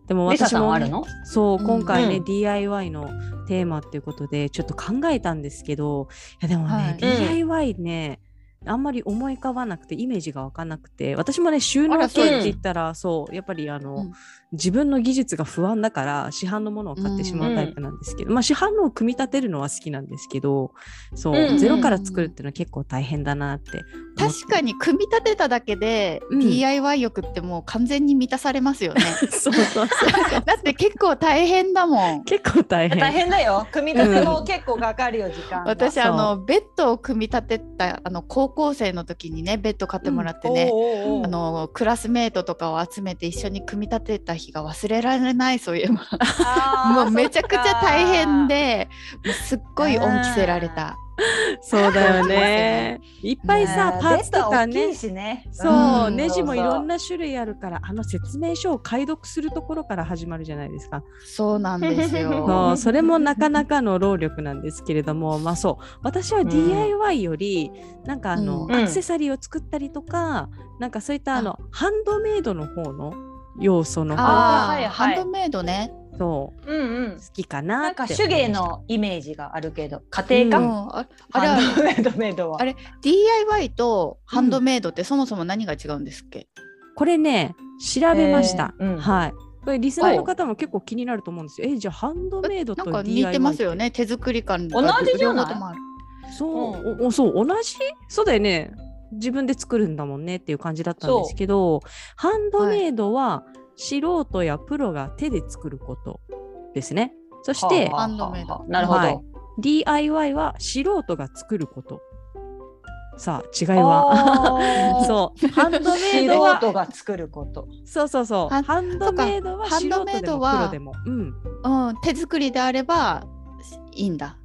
Speaker 1: でも
Speaker 3: う。リサ
Speaker 1: 私
Speaker 3: さん
Speaker 1: も
Speaker 3: はあるの？
Speaker 1: そう
Speaker 2: うん
Speaker 1: 今回ね、
Speaker 3: うん
Speaker 1: DIY のテーマっていうことでちょっと考えたんですけどいやでもね、
Speaker 2: はい
Speaker 1: DIY ね、あんまり思い浮かばなくてイメージが湧かなくて私もね収納系って言ったら、そうやっぱりあの、
Speaker 2: うん
Speaker 1: 自分の技術が不安だから市販のものを買ってしまうタイプなんですけど、まあ、市販のを組み立てるのは好きなんですけどそう、
Speaker 3: うん
Speaker 1: ゼロから作るっていうのは結構大変だなって思って
Speaker 2: 確かに組み立てただけで、
Speaker 1: うん
Speaker 2: DIY 欲ってもう完全に満たされます <laughs> よね
Speaker 1: <laughs> そうそうそう
Speaker 2: だって結構大変だもん
Speaker 1: 結構大変
Speaker 3: 大変
Speaker 1: <laughs>
Speaker 3: だよ。組み立ても結構かかるよ時間が。
Speaker 2: 私
Speaker 1: そう
Speaker 2: あのベッドを組み立てたあの高校生の時にねベッド買ってもらってね、
Speaker 3: おうおうおう
Speaker 2: あのクラスメートとかを集めて一緒に組み立てた日が忘れられないそういえば
Speaker 3: あー
Speaker 2: もうめちゃくちゃ大変。
Speaker 3: そっか
Speaker 2: でもうすっごい恩着せられた、
Speaker 1: そうだよね。 <laughs> いっぱいさ、
Speaker 3: ね
Speaker 1: パーツとか
Speaker 3: ベッドは大き
Speaker 1: ね
Speaker 3: い。しね。
Speaker 1: そう、
Speaker 2: うん
Speaker 1: ネジもいろん
Speaker 3: な。
Speaker 1: な種類あるから、あの説明書を解読するところから始まるじゃないですか。
Speaker 2: <laughs> <laughs> そうなんですよ。
Speaker 1: そう、それもなかなかの労力なんですけれども、まあそう、私は
Speaker 3: ん
Speaker 1: DIY より、なんかあの、
Speaker 2: うん
Speaker 1: アクセサリーを作ったりとか、なんかそういったあの、ハンドメイドの方の要素の方
Speaker 2: ああ、
Speaker 1: が、
Speaker 3: はいはい
Speaker 2: ハンドメイドね。
Speaker 1: そう、
Speaker 3: うんうん
Speaker 1: 好。きか
Speaker 3: な
Speaker 1: なっ
Speaker 3: ん
Speaker 1: て思
Speaker 3: か
Speaker 1: いまし
Speaker 3: 手
Speaker 1: た。
Speaker 3: 芸のイメージがあるけど、家庭
Speaker 2: う
Speaker 1: うん
Speaker 2: ん、
Speaker 3: 科。
Speaker 2: ああれ
Speaker 3: ハンド
Speaker 2: は
Speaker 3: メイドメイドは。
Speaker 2: あれ DIY とハンドメイドってそもそも何が違うんですっけ？
Speaker 1: これね調べました、
Speaker 3: えーうん
Speaker 1: はいこれリスナーの方も結構気になると思うんですよえじゃあハンドメイド
Speaker 2: な
Speaker 1: と
Speaker 2: んか
Speaker 1: DIY
Speaker 2: 似てますよ
Speaker 1: ね
Speaker 2: ね。手作り感が
Speaker 3: 同じじゃな
Speaker 2: 両
Speaker 3: い
Speaker 2: 方ともある
Speaker 1: そう、
Speaker 3: う
Speaker 1: おおそう同じそうだよね自分で作るんだもんねっていう感じだったんですけどハンドメイドは素人やプロが手で作ることですね。そして、
Speaker 3: はあはあはあ
Speaker 2: ハンドメイド
Speaker 3: なるほど。
Speaker 1: はい DIY は素人が作ること。さあ違いは。
Speaker 3: あ
Speaker 1: <laughs>
Speaker 3: ー
Speaker 1: そうハンドメイド
Speaker 3: 素
Speaker 1: は
Speaker 3: 人が作ること。
Speaker 1: そうそうそう
Speaker 2: あ
Speaker 1: ハンドメイドは
Speaker 2: そ
Speaker 1: 素
Speaker 2: っか
Speaker 1: 人で
Speaker 2: ハンドメイド
Speaker 1: も
Speaker 2: は
Speaker 1: プロでも。うん
Speaker 2: うん、手作りであればいいんだ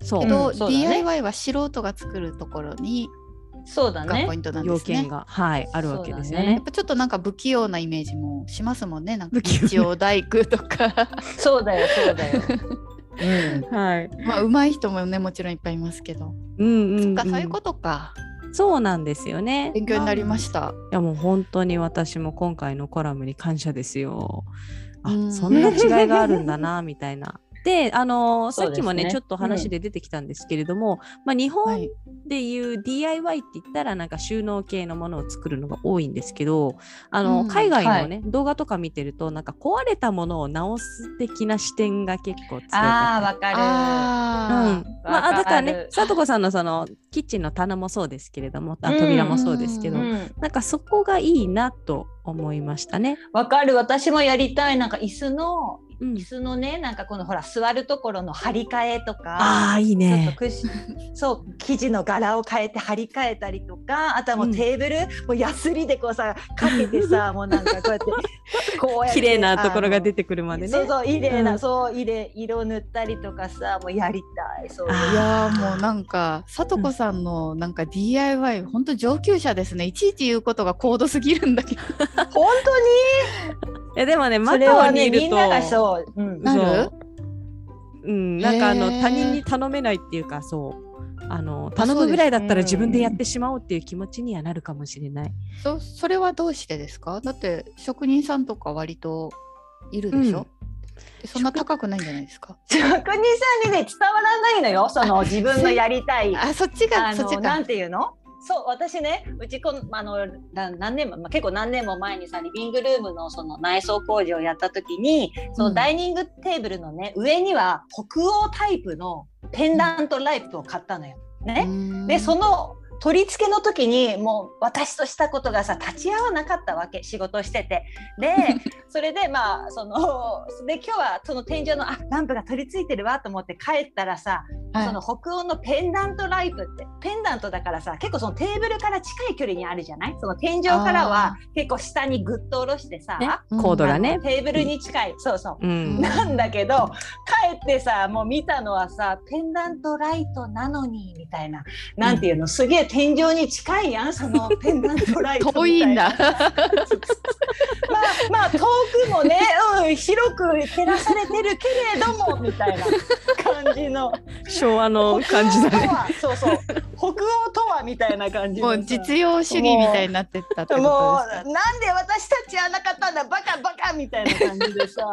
Speaker 1: そう
Speaker 2: けど、
Speaker 3: うんそうだね
Speaker 2: DIY は素人が作るところに
Speaker 3: そうだ
Speaker 2: が
Speaker 3: ね
Speaker 2: ポイ。ントなんで
Speaker 1: 要
Speaker 2: すね。
Speaker 1: 件が、はい、あるわけですよ
Speaker 3: そうだ
Speaker 1: ね
Speaker 2: やっ。ぱちょっとなんか不器用なイメージもしますもんねなんか
Speaker 1: 不器用
Speaker 2: 日曜大工とか
Speaker 3: そうだよ、そ
Speaker 1: <laughs>
Speaker 3: うだよ。うん。
Speaker 1: はい、
Speaker 2: まあ上手い人もねもちろんいっぱいいますけど、
Speaker 1: うんうん、
Speaker 2: そっかそういうことか
Speaker 1: と。そうなんですよね。
Speaker 2: 勉強になりました、
Speaker 1: いやもう本当に私も今回のコラムに感謝ですよ。あ
Speaker 2: うん
Speaker 1: そんな違いがあるんだなみたいな。であの
Speaker 3: そう
Speaker 1: さ
Speaker 3: です
Speaker 1: っ
Speaker 3: ね
Speaker 1: きもねちょっと話で出てきたんですけれども、まあ、日
Speaker 2: は
Speaker 1: 本
Speaker 2: い、
Speaker 1: でいう DIY って言ったらなんか収納系のものを作るのが多いんですけどあの、
Speaker 2: うん
Speaker 1: 海外のね、動画とか見てるとなんか壊れたものを直す的な視点が結構強かったり
Speaker 3: ああ、わかる。
Speaker 1: うん
Speaker 2: あー、
Speaker 1: まああ、だから
Speaker 3: わか
Speaker 1: ね
Speaker 3: る
Speaker 1: さとこさんのそのキッチンの棚もそうですけれどもあ
Speaker 3: うん
Speaker 1: 扉もそうですけど、
Speaker 2: うん
Speaker 3: うん
Speaker 1: なんかそこがいいなと思いましたね。
Speaker 3: わかる私もやりたいなんか椅子の
Speaker 1: うん
Speaker 3: 椅、子のねなんかこのほら座るところの張り替えとか
Speaker 1: ああいい
Speaker 3: ちょっと
Speaker 1: ね。
Speaker 3: クッション <laughs> そう生地の柄を変えて張り替えたりとかあとはもううんテーブル、もうヤスリでこうさかけ
Speaker 1: <laughs>
Speaker 3: てさもうなんかこうやってこうやっ
Speaker 1: 綺
Speaker 3: て
Speaker 1: 麗なところが出て
Speaker 3: て
Speaker 1: くるまでね。
Speaker 3: そうそう綺麗な、
Speaker 1: うん
Speaker 3: そういれ色塗ったりとかさもうやりたいそう
Speaker 1: あ
Speaker 2: いやーもうなんかさとこさんのなんか DIY ほんと上級者ですねいちいち言うことが高度すぎるんだけど
Speaker 3: 本当に
Speaker 1: えでもねマ
Speaker 3: それ
Speaker 1: カオ
Speaker 3: は
Speaker 1: に
Speaker 3: ね
Speaker 1: いると
Speaker 3: みんながそう、うん、
Speaker 2: なる
Speaker 1: そううんなんかあの
Speaker 2: へー
Speaker 1: 他人に頼めないっていうかそう。あの頼むぐらいだった
Speaker 3: うん
Speaker 1: ら自分でやってしまおうっていう気持ちにはなるかもしれない。
Speaker 2: そそれはどうしてですかだって職人さんとか割といるでしょ、でそんな高くないんじゃないですか
Speaker 3: 職人さんにね伝わらないのよその自分のやりたい
Speaker 2: あそっちが
Speaker 3: あ
Speaker 2: そっち
Speaker 3: のな
Speaker 2: か
Speaker 3: んていうのそう私ねうちこのあのな何年も、まあ、結構何年も前にさリビングルームのその内装工事をやった時にそ
Speaker 2: うん
Speaker 3: のダイニングテーブルのね、上には北欧タイプのペンダントライプを買ったのよ。ね、でそ
Speaker 2: の
Speaker 3: の取り付けの時にもう私としたことがさ立ち会わなかったわけ仕事をしてて
Speaker 2: <laughs>
Speaker 3: でそれでまあそので今日はその天井のあランプが取り付いてるわと思って帰ったらさその北欧のペンダントライプってペンダントだからさ結構そのテーブルから近い距離にあるじゃないその天井から
Speaker 2: あ
Speaker 3: は結構下にグッと下ろしてさ、
Speaker 1: ね
Speaker 3: あ
Speaker 2: うん
Speaker 1: コードがね
Speaker 3: の。テーブルに近いそうそう
Speaker 2: うん
Speaker 1: ん
Speaker 3: なんだけど帰ってさもう見たのはさペンダントライトなのにみたいななんていうのすげえ天井に近いやんそのペンダントライトみたいな
Speaker 2: 遠いんだ
Speaker 3: まあまあ遠くもね、うん、広く照らされてるけれどもみたいな感じの。
Speaker 1: 昭和の感じだ
Speaker 3: 北欧
Speaker 1: ね。
Speaker 3: とは <laughs> そうそう北欧とはみたいな感じの
Speaker 2: も
Speaker 3: さ
Speaker 2: う実用主義みたいになってったってこ
Speaker 3: も
Speaker 2: と
Speaker 3: うなんで私たちはなかったんだバカバカみたいな感じでさ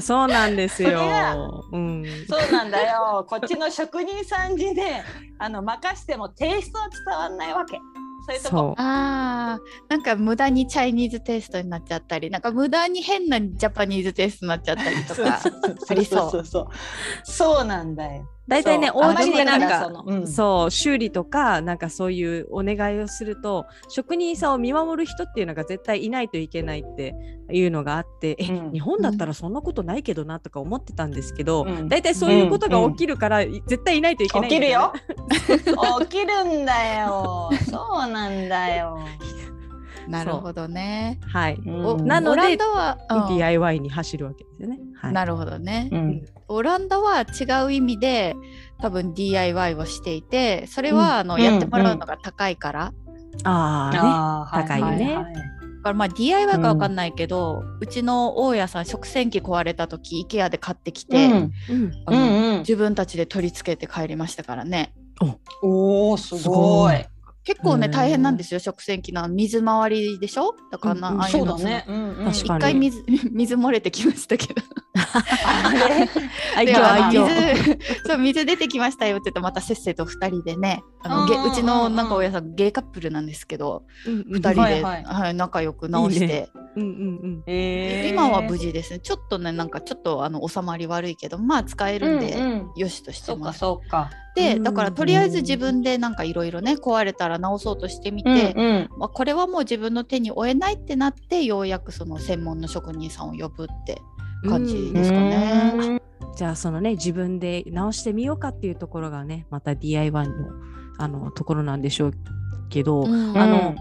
Speaker 1: そうなんです
Speaker 3: それ
Speaker 1: よ。うん。
Speaker 3: そうなんだよこっちの職人さんにねあの任してもテイストは伝わんないわけそういうとこ
Speaker 1: そう
Speaker 2: です。かあーなんか無駄にチャイニーズテイストになっちゃったりなんか無駄に変なジャパニーズテイストになっちゃったりとかありそう
Speaker 3: そうそうそうなんだよ
Speaker 1: 大体ね
Speaker 3: そう
Speaker 1: お家
Speaker 3: あ
Speaker 1: でなん
Speaker 3: まり
Speaker 1: か
Speaker 3: だらそのうん
Speaker 1: そう修理とかなんかそういうお願いをすると職人さんを見守る人っていうのが絶対いないといけないっていうのがあって、え
Speaker 3: うん
Speaker 1: 日本だったらそんなことないけどなとか思ってたんですけど、
Speaker 3: うん
Speaker 1: 大体そういうことが起きるから、絶対いないといけない
Speaker 3: 起
Speaker 1: ん
Speaker 3: き
Speaker 1: だ
Speaker 3: る
Speaker 1: よ
Speaker 3: よ起きるんだよそうなんだよ、
Speaker 2: なるほど
Speaker 1: ね。
Speaker 2: ね
Speaker 1: はい、
Speaker 2: お
Speaker 1: なので
Speaker 2: オランダは、うん
Speaker 1: DIY に走るわけですよね。はい、
Speaker 2: なるほどね、
Speaker 3: うん
Speaker 2: オランダは違う意味で多分 DIY をしていてそれは、あの
Speaker 3: うん
Speaker 2: やってもらうのが高いから、
Speaker 1: あ
Speaker 3: あー
Speaker 1: 高いよね
Speaker 3: はは
Speaker 2: だからまあ DIY かわかんないけど、うちの大家さん食洗機壊れた時 IKEA で買ってき
Speaker 3: い
Speaker 2: て、
Speaker 3: うん
Speaker 1: あね、うん
Speaker 2: あの
Speaker 3: うんうん
Speaker 2: 自分たちで取り付けて帰りましたからね
Speaker 3: おおす
Speaker 1: すご
Speaker 3: ご
Speaker 1: い
Speaker 3: い。
Speaker 2: 結構ね
Speaker 1: うん
Speaker 2: 大変なんですよ食洗機の水回りでしょだからな、
Speaker 1: うんうん
Speaker 2: ああい
Speaker 3: そうう
Speaker 2: の
Speaker 3: だね。うんうん
Speaker 1: 確
Speaker 2: 一
Speaker 1: かに
Speaker 2: 回水 <laughs> 水漏れてきましたけど
Speaker 3: あ
Speaker 1: <laughs>
Speaker 3: れ
Speaker 1: 愛
Speaker 2: で
Speaker 1: 嬌
Speaker 2: あ
Speaker 1: 愛
Speaker 2: の <laughs>
Speaker 1: 嬌
Speaker 2: 水そう水出てきましたよって言ってまたせっせと2人でねあのゲ
Speaker 3: うんうんうんうん
Speaker 2: うちのなんか親さんゲイカップルなんですけど
Speaker 1: うんうん
Speaker 2: 2人で、
Speaker 3: は
Speaker 2: はいい
Speaker 3: はい
Speaker 2: 仲良く直して
Speaker 1: いいねうんうん
Speaker 3: <laughs> えー
Speaker 2: 今は無事ですねちょっとねなんかちょっとあの収まり悪いけどまあ使えるんで、
Speaker 3: うんうん
Speaker 2: よしとして
Speaker 3: そうか
Speaker 2: ます
Speaker 3: そうか。
Speaker 2: で
Speaker 1: うん
Speaker 2: だからとりあえず自分でなんかいろいろね壊れたら直そうとしてみて、
Speaker 3: うん
Speaker 2: まあ、これはもう自分の手に負えないってなってようやくその専門の職人さんを呼ぶって
Speaker 1: うん。
Speaker 2: 感じ
Speaker 3: うん、
Speaker 2: ですかね。
Speaker 1: じゃあそのね自分で直してみようかっていうところがねまた DIY のあのところなんでしょうけど、
Speaker 2: うん
Speaker 1: あの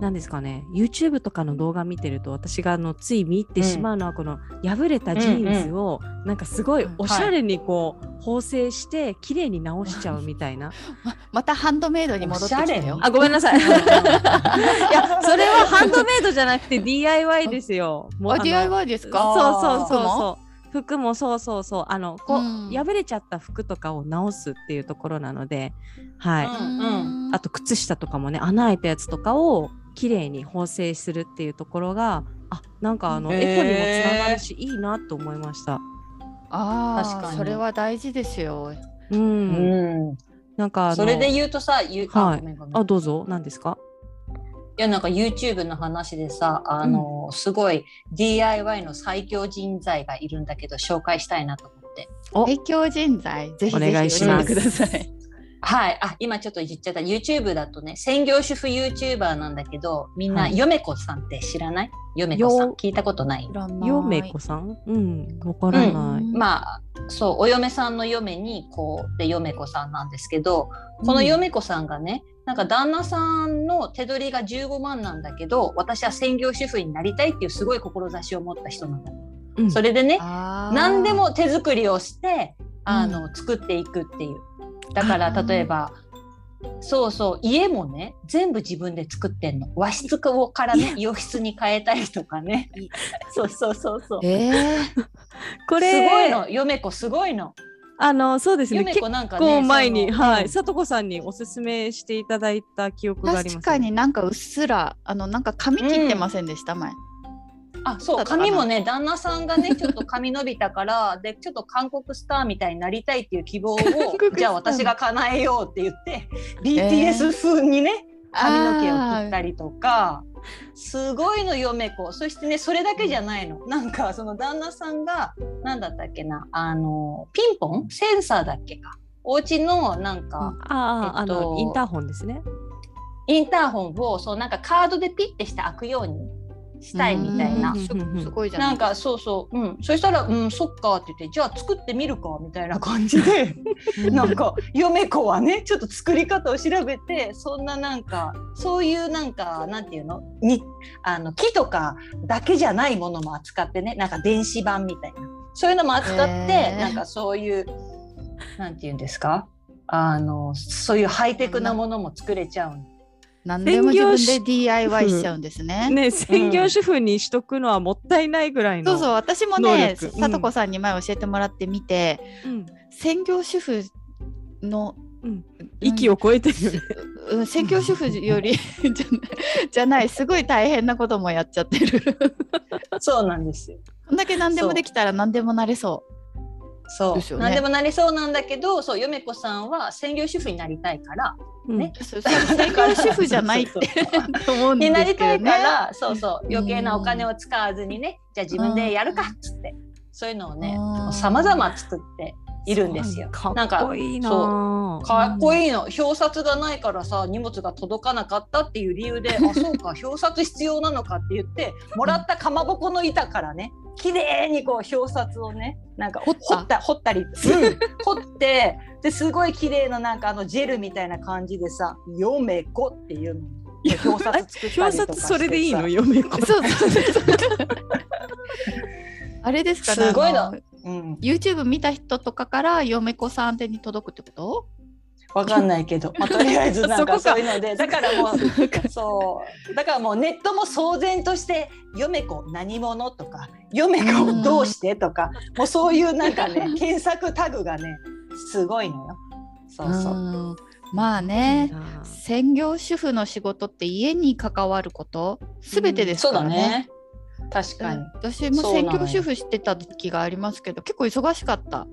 Speaker 1: なんですかね YouTube とかの動画見てると私があのつい見入ってしまうのはこの破れたジーンズをなんかすごいおしゃれにこう縫製して綺麗に直しちゃうみたいな。
Speaker 2: ままたハンドメイドに戻ってきた
Speaker 3: おしゃれ
Speaker 2: よ
Speaker 3: よ。
Speaker 1: あごめんな
Speaker 2: <laughs>
Speaker 1: さい。いや <laughs> それはハンドメイドじゃなくて DIY ですよ。もうあ
Speaker 2: あ
Speaker 1: の
Speaker 2: DIY ですか
Speaker 1: そうそう
Speaker 2: 服
Speaker 1: そう
Speaker 2: も
Speaker 1: そう。服もそうそうそうあのこう、
Speaker 2: うん
Speaker 1: 破れちゃった服とかを直すっていうところなので、はい。
Speaker 3: うん
Speaker 1: あと靴下とかもね穴開いたやつとかを綺麗に縫製するっていうところがあなんかあの
Speaker 3: へー
Speaker 1: エコにもつながるし、いいなと思いました。
Speaker 2: あー
Speaker 3: 確かに
Speaker 2: それは大事ですよ。
Speaker 1: うん、
Speaker 3: うん
Speaker 1: なんかあの
Speaker 3: それで言うとさ、ゆ
Speaker 1: は
Speaker 3: あ
Speaker 1: い
Speaker 3: ごめんごめん
Speaker 1: あどうぞ何ですか
Speaker 3: いやなんか YouTube の話でさあの、すごい DIY の最強人材がいるんだけど紹介したいなと思って
Speaker 1: お
Speaker 2: 影響人材ぜひぜひ
Speaker 1: お願いします
Speaker 2: 教えてください。
Speaker 3: はいあ今ちょっと言っちゃった YouTube だとね専業主婦 YouTuber なんだけどみんな、
Speaker 1: はい
Speaker 3: ヨメコさんって知らないヨメコさん
Speaker 1: よ
Speaker 3: 聞いたことない
Speaker 1: ヨメコさんうんわからない。
Speaker 2: うん
Speaker 3: まあそうお嫁さんの嫁にこうで嫁子さんなんですけどこの嫁子さんがね、なんか旦那さんの手取りが15万なんだけど私は専業主婦になりたいっていうすごい志を持った人なんだ、
Speaker 1: うん
Speaker 3: それでね
Speaker 2: 何
Speaker 3: 何でも手作りをしてあの、作っていくっていうだから
Speaker 2: あー
Speaker 3: 例えばそうそう家もね全部自分で作ってんの和室からね洋室に変えたりとかねそうそうそうそうす
Speaker 2: ええ
Speaker 1: こ
Speaker 3: ご
Speaker 1: れ
Speaker 3: いの嫁子すごいの。
Speaker 1: あのそうですね
Speaker 3: ゆめ
Speaker 1: 結
Speaker 3: こなんかね
Speaker 1: 構前に、
Speaker 3: その
Speaker 1: は
Speaker 3: うん
Speaker 1: いさとこさんにおすすめしていただいた記憶があります、
Speaker 2: 確かになんかうっすらあのなんか髪切ってませんでした、前。
Speaker 3: あそう髪もね旦那さんがねちょっと髪伸びたから <laughs> でちょっと韓国スターみたいになりたいっていう希望を
Speaker 2: 国スター
Speaker 3: じゃあ私が叶えようって言って
Speaker 2: えー
Speaker 3: BTS 風にね、髪の毛を切った
Speaker 2: り。
Speaker 3: りとかすごいの嫁子そしてねそれだけじゃないのなんかその旦那さんが何だったっけなあのピンポンセンサーだっけかお家のなんか、
Speaker 1: ああ、
Speaker 3: えっと
Speaker 1: あのインターホンですね。
Speaker 3: インターホンをそうなんかカードでピッてして開くようにしたいみたいな
Speaker 2: う。んすすごいじゃな
Speaker 3: ないんかそうそう、うん、そしたら「うんそっか」って言って「じゃあ作ってみるか」みたいな感じで <laughs> なんか嫁子はねちょっと作り方を調べてそんななんかそういうなんかなんていうのにあの木とかだけじゃないものも扱ってねなんか電子版みたいなそういうのも扱って、
Speaker 2: へー
Speaker 3: なんかそういうなんていうんですかあのそういうハイテクなものも作れちゃうの
Speaker 2: 何でも自分で DIY しちゃうんですね。
Speaker 1: ね、専業主婦にしとくのはもったいないぐらいの。
Speaker 2: そうそう私もね
Speaker 1: 能力
Speaker 2: さとこさんに前教えてもらってみて、
Speaker 1: うん。
Speaker 2: 専業主婦の
Speaker 1: うん域を超え <laughs> てるよね。
Speaker 2: うん専業主婦よ
Speaker 3: <laughs>
Speaker 2: りじゃないじゃないすごい大変なこともやっちゃってる
Speaker 3: <laughs> そうなんですよ。
Speaker 2: こんだけ何でもできたら何でもなれそう
Speaker 3: そう、
Speaker 2: ですよね
Speaker 3: 何でもなりそうなんだけど、そう嫁子さんは専業主婦になりたいから、ね
Speaker 2: そそ専業主婦じゃないって
Speaker 3: そうそうそう
Speaker 2: <laughs> 思うんで
Speaker 3: に
Speaker 2: すけど、ね、
Speaker 3: なりたいから、そうそう
Speaker 2: うん
Speaker 3: 余計なお金を使わずにね、じゃあ自分でやるかっつって、そういうのをね
Speaker 2: あー、
Speaker 3: さまざま作っているんですよ。
Speaker 1: か
Speaker 3: なん
Speaker 1: っ
Speaker 3: か
Speaker 1: こいいなぁ。
Speaker 3: かっこいいの表札がないからさ荷物が届かなかったっていう理由であそうか表札必要なのかって言ってもらったかまぼこの板からね綺麗にこう表札をねなんか
Speaker 2: 彫
Speaker 3: 掘
Speaker 2: っ
Speaker 3: ったた掘ったり、 <laughs> 掘ってですごい綺麗ななんかあのジェルみたいな感じでさ「よめこ」っていうの表札作った
Speaker 1: 表
Speaker 3: りとかして
Speaker 1: 札
Speaker 3: さ
Speaker 1: それでいいの嫁子。
Speaker 2: そうそうそうそう <laughs> あれですかね
Speaker 3: すごいの
Speaker 2: あの
Speaker 3: うん、
Speaker 2: YouTube 見た人とかから嫁子さん手に届くってこと
Speaker 3: わかんないけど、まあ、とりあえずなんか
Speaker 1: そこか
Speaker 3: そういうのでだからもうそうだからもうネットも騒然として「嫁子何者?」とか「嫁子どうして?」とかもうそういうなんかね検索タグがねすごいのよ。そうそう
Speaker 2: うんまあね、専業主婦の仕事って家に関わることすべてです
Speaker 3: そう
Speaker 2: か
Speaker 3: だ
Speaker 2: らね。
Speaker 3: ね確かに
Speaker 2: うん私も専業主婦してた時がありますけど結構忙しかった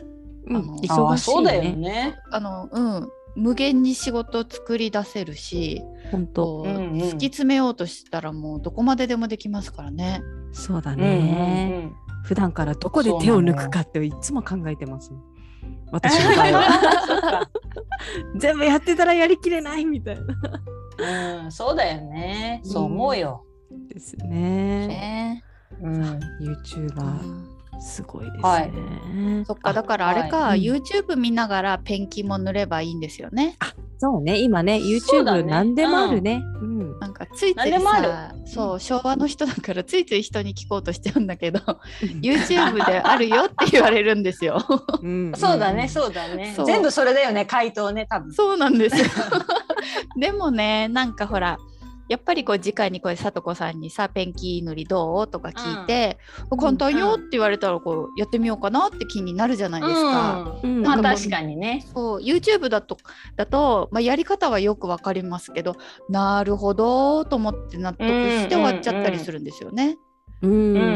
Speaker 1: うん
Speaker 2: あの
Speaker 1: 忙
Speaker 3: あ
Speaker 1: しい
Speaker 3: そう
Speaker 1: よ
Speaker 3: だよ
Speaker 1: ね。
Speaker 3: ね。
Speaker 2: あのうん無限に仕事を作り出せるし
Speaker 1: 本当
Speaker 2: こう、
Speaker 3: うんうん
Speaker 2: 突き詰めようとしたらもうどこまででもできますからね。
Speaker 1: そうだ
Speaker 3: うんうん
Speaker 1: ね、普段からどこで手を抜くかっていつも考えてます
Speaker 3: <laughs>
Speaker 1: 私の場合は全部やってたらやりきれないみたいな
Speaker 3: うんうん、そうだよね。そう思うよ。
Speaker 1: ですね
Speaker 2: ね
Speaker 3: うん、
Speaker 1: YouTuber すごいですね、
Speaker 3: はい
Speaker 2: そっかだからあれか、
Speaker 1: はいうん
Speaker 2: YouTube 見ながらペンキも塗ればいいんですよね。
Speaker 1: そうね今ね
Speaker 3: そうだ
Speaker 1: YouTube
Speaker 3: ね
Speaker 1: 何でもあるねうん、
Speaker 2: なんかついつ
Speaker 3: 何
Speaker 2: い
Speaker 3: でもある
Speaker 2: さそう昭和の人だからついつい人に聞こうとしちゃうんだけど YouTube であるよって言われるんですよ。 <laughs>
Speaker 1: うん
Speaker 3: そうだね、そうだね。
Speaker 2: そう
Speaker 3: 全部それだよね、回答ね、多分。
Speaker 2: そうなんですよ。 <laughs> でもねなんかほらやっぱりこう次回にこれさとこさんにさペンキ塗りどうとか聞いて、簡単よって言われたらこうやってみようかなって気になるじゃないですか。
Speaker 3: う
Speaker 1: うんん
Speaker 3: まあ
Speaker 2: なんかもう
Speaker 3: 確かにね。
Speaker 2: そう YouTube だとだと、まあ、やり方はよくわかりますけどなるほどと思って納得して終わっちゃったりするんですよね。
Speaker 1: うんうん
Speaker 3: うんう
Speaker 1: うん
Speaker 3: ん
Speaker 2: う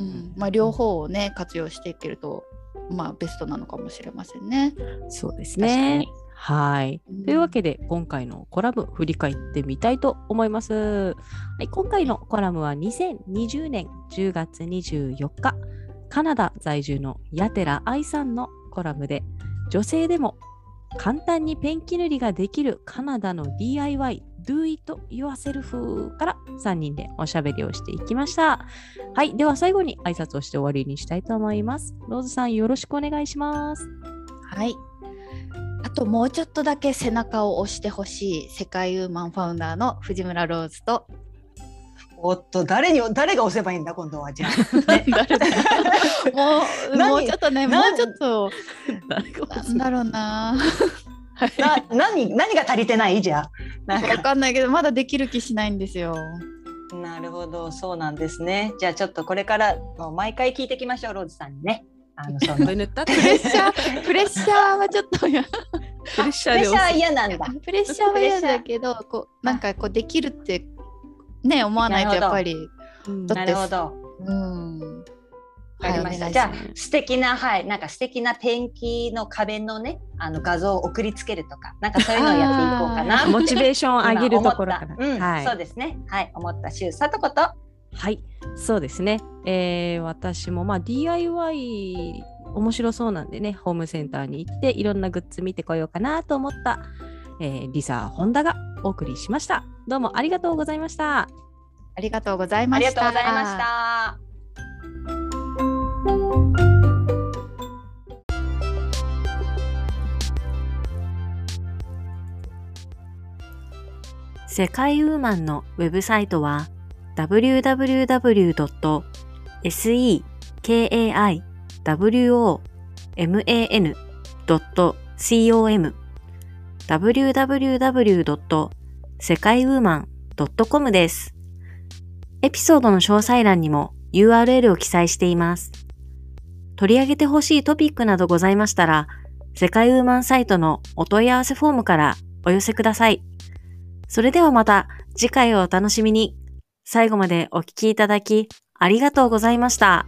Speaker 2: んまあ、両方をね活用していけると、まあ、ベストなのかもしれませんね。
Speaker 1: そうです
Speaker 3: うん。
Speaker 1: ねはい
Speaker 2: うん
Speaker 1: というわけで今回のコラム振り返ってみたいと思います、はい、今回のコラムは2020年10月24日カナダ在住のヤテラ愛さんのコラムで女性でも簡単にペンキ塗りができるカナダの DIY Do It Yourself から3人でおしゃべりをしていきましたはいでは最後に挨拶をして終わりにしたいと思いますローズさんよろしくお願いします <laughs>
Speaker 2: はい。あともうちょっとだけ背中を押してほしい世界ウーマンファウンダーの藤村ローズと
Speaker 3: おっと、誰に、誰が押せばいいんだ、今度は。じゃあ。
Speaker 2: <laughs> 誰だ <laughs> もう
Speaker 3: 何
Speaker 2: もうちょっとねも
Speaker 3: 何
Speaker 2: うちょっとなんだろうな
Speaker 3: な、何、何が足りてないじゃあ。なん
Speaker 2: わ
Speaker 3: か。
Speaker 2: かんないけどまだできる気しないんですよ。
Speaker 3: なるほど、そうなんですね。じゃあ、ちょっとこれから、もう毎回聞いていきましょう、ローズさんにね。あの、そ
Speaker 1: <laughs>
Speaker 3: の。プ
Speaker 1: 塗ったって
Speaker 2: プレッシャ
Speaker 3: <laughs>
Speaker 2: ープレッシャーはちょっとや
Speaker 1: プレッシャー
Speaker 3: レッ
Speaker 1: で
Speaker 3: シャーは嫌なんだ。
Speaker 2: プレッシャーは嫌だけどこうなんかこうできるってね思わないとやっぱり
Speaker 3: なるほど。
Speaker 2: うん。
Speaker 3: わかりました。じゃあ素敵なはいなんか素敵なペンキの壁のねあの画像を送りつけるとかなんかそういうのをやっていこうか <laughs> な。
Speaker 1: モチベーションを上げるところ
Speaker 3: 今
Speaker 1: から。
Speaker 3: 思ったうん、
Speaker 1: はい
Speaker 3: そうですね。はい思った週さとこと。
Speaker 1: はい、そうですね。えー私もまあ DIY 面白そうなんでね、ホームセンターに行っていろんなグッズ見てこようかなと思った、えーリサ・ホンダがお送りしました。どうもありがとうございました。
Speaker 2: ありがとうござい
Speaker 3: あ
Speaker 2: ま
Speaker 3: りが
Speaker 2: し
Speaker 3: とう
Speaker 2: た。
Speaker 3: ございました。
Speaker 4: 世界ウーマンのウェブサイトは www.sekaiwoman.com www.sekaiwoman.com です。エピソードの詳細欄にも URL を記載しています。取り上げてほしいトピックなどございましたら、世界ウーマンサイトのお問い合わせフォームからお寄せください。それではまた次回をお楽しみに。最後までお聞きいただきありがとうございました。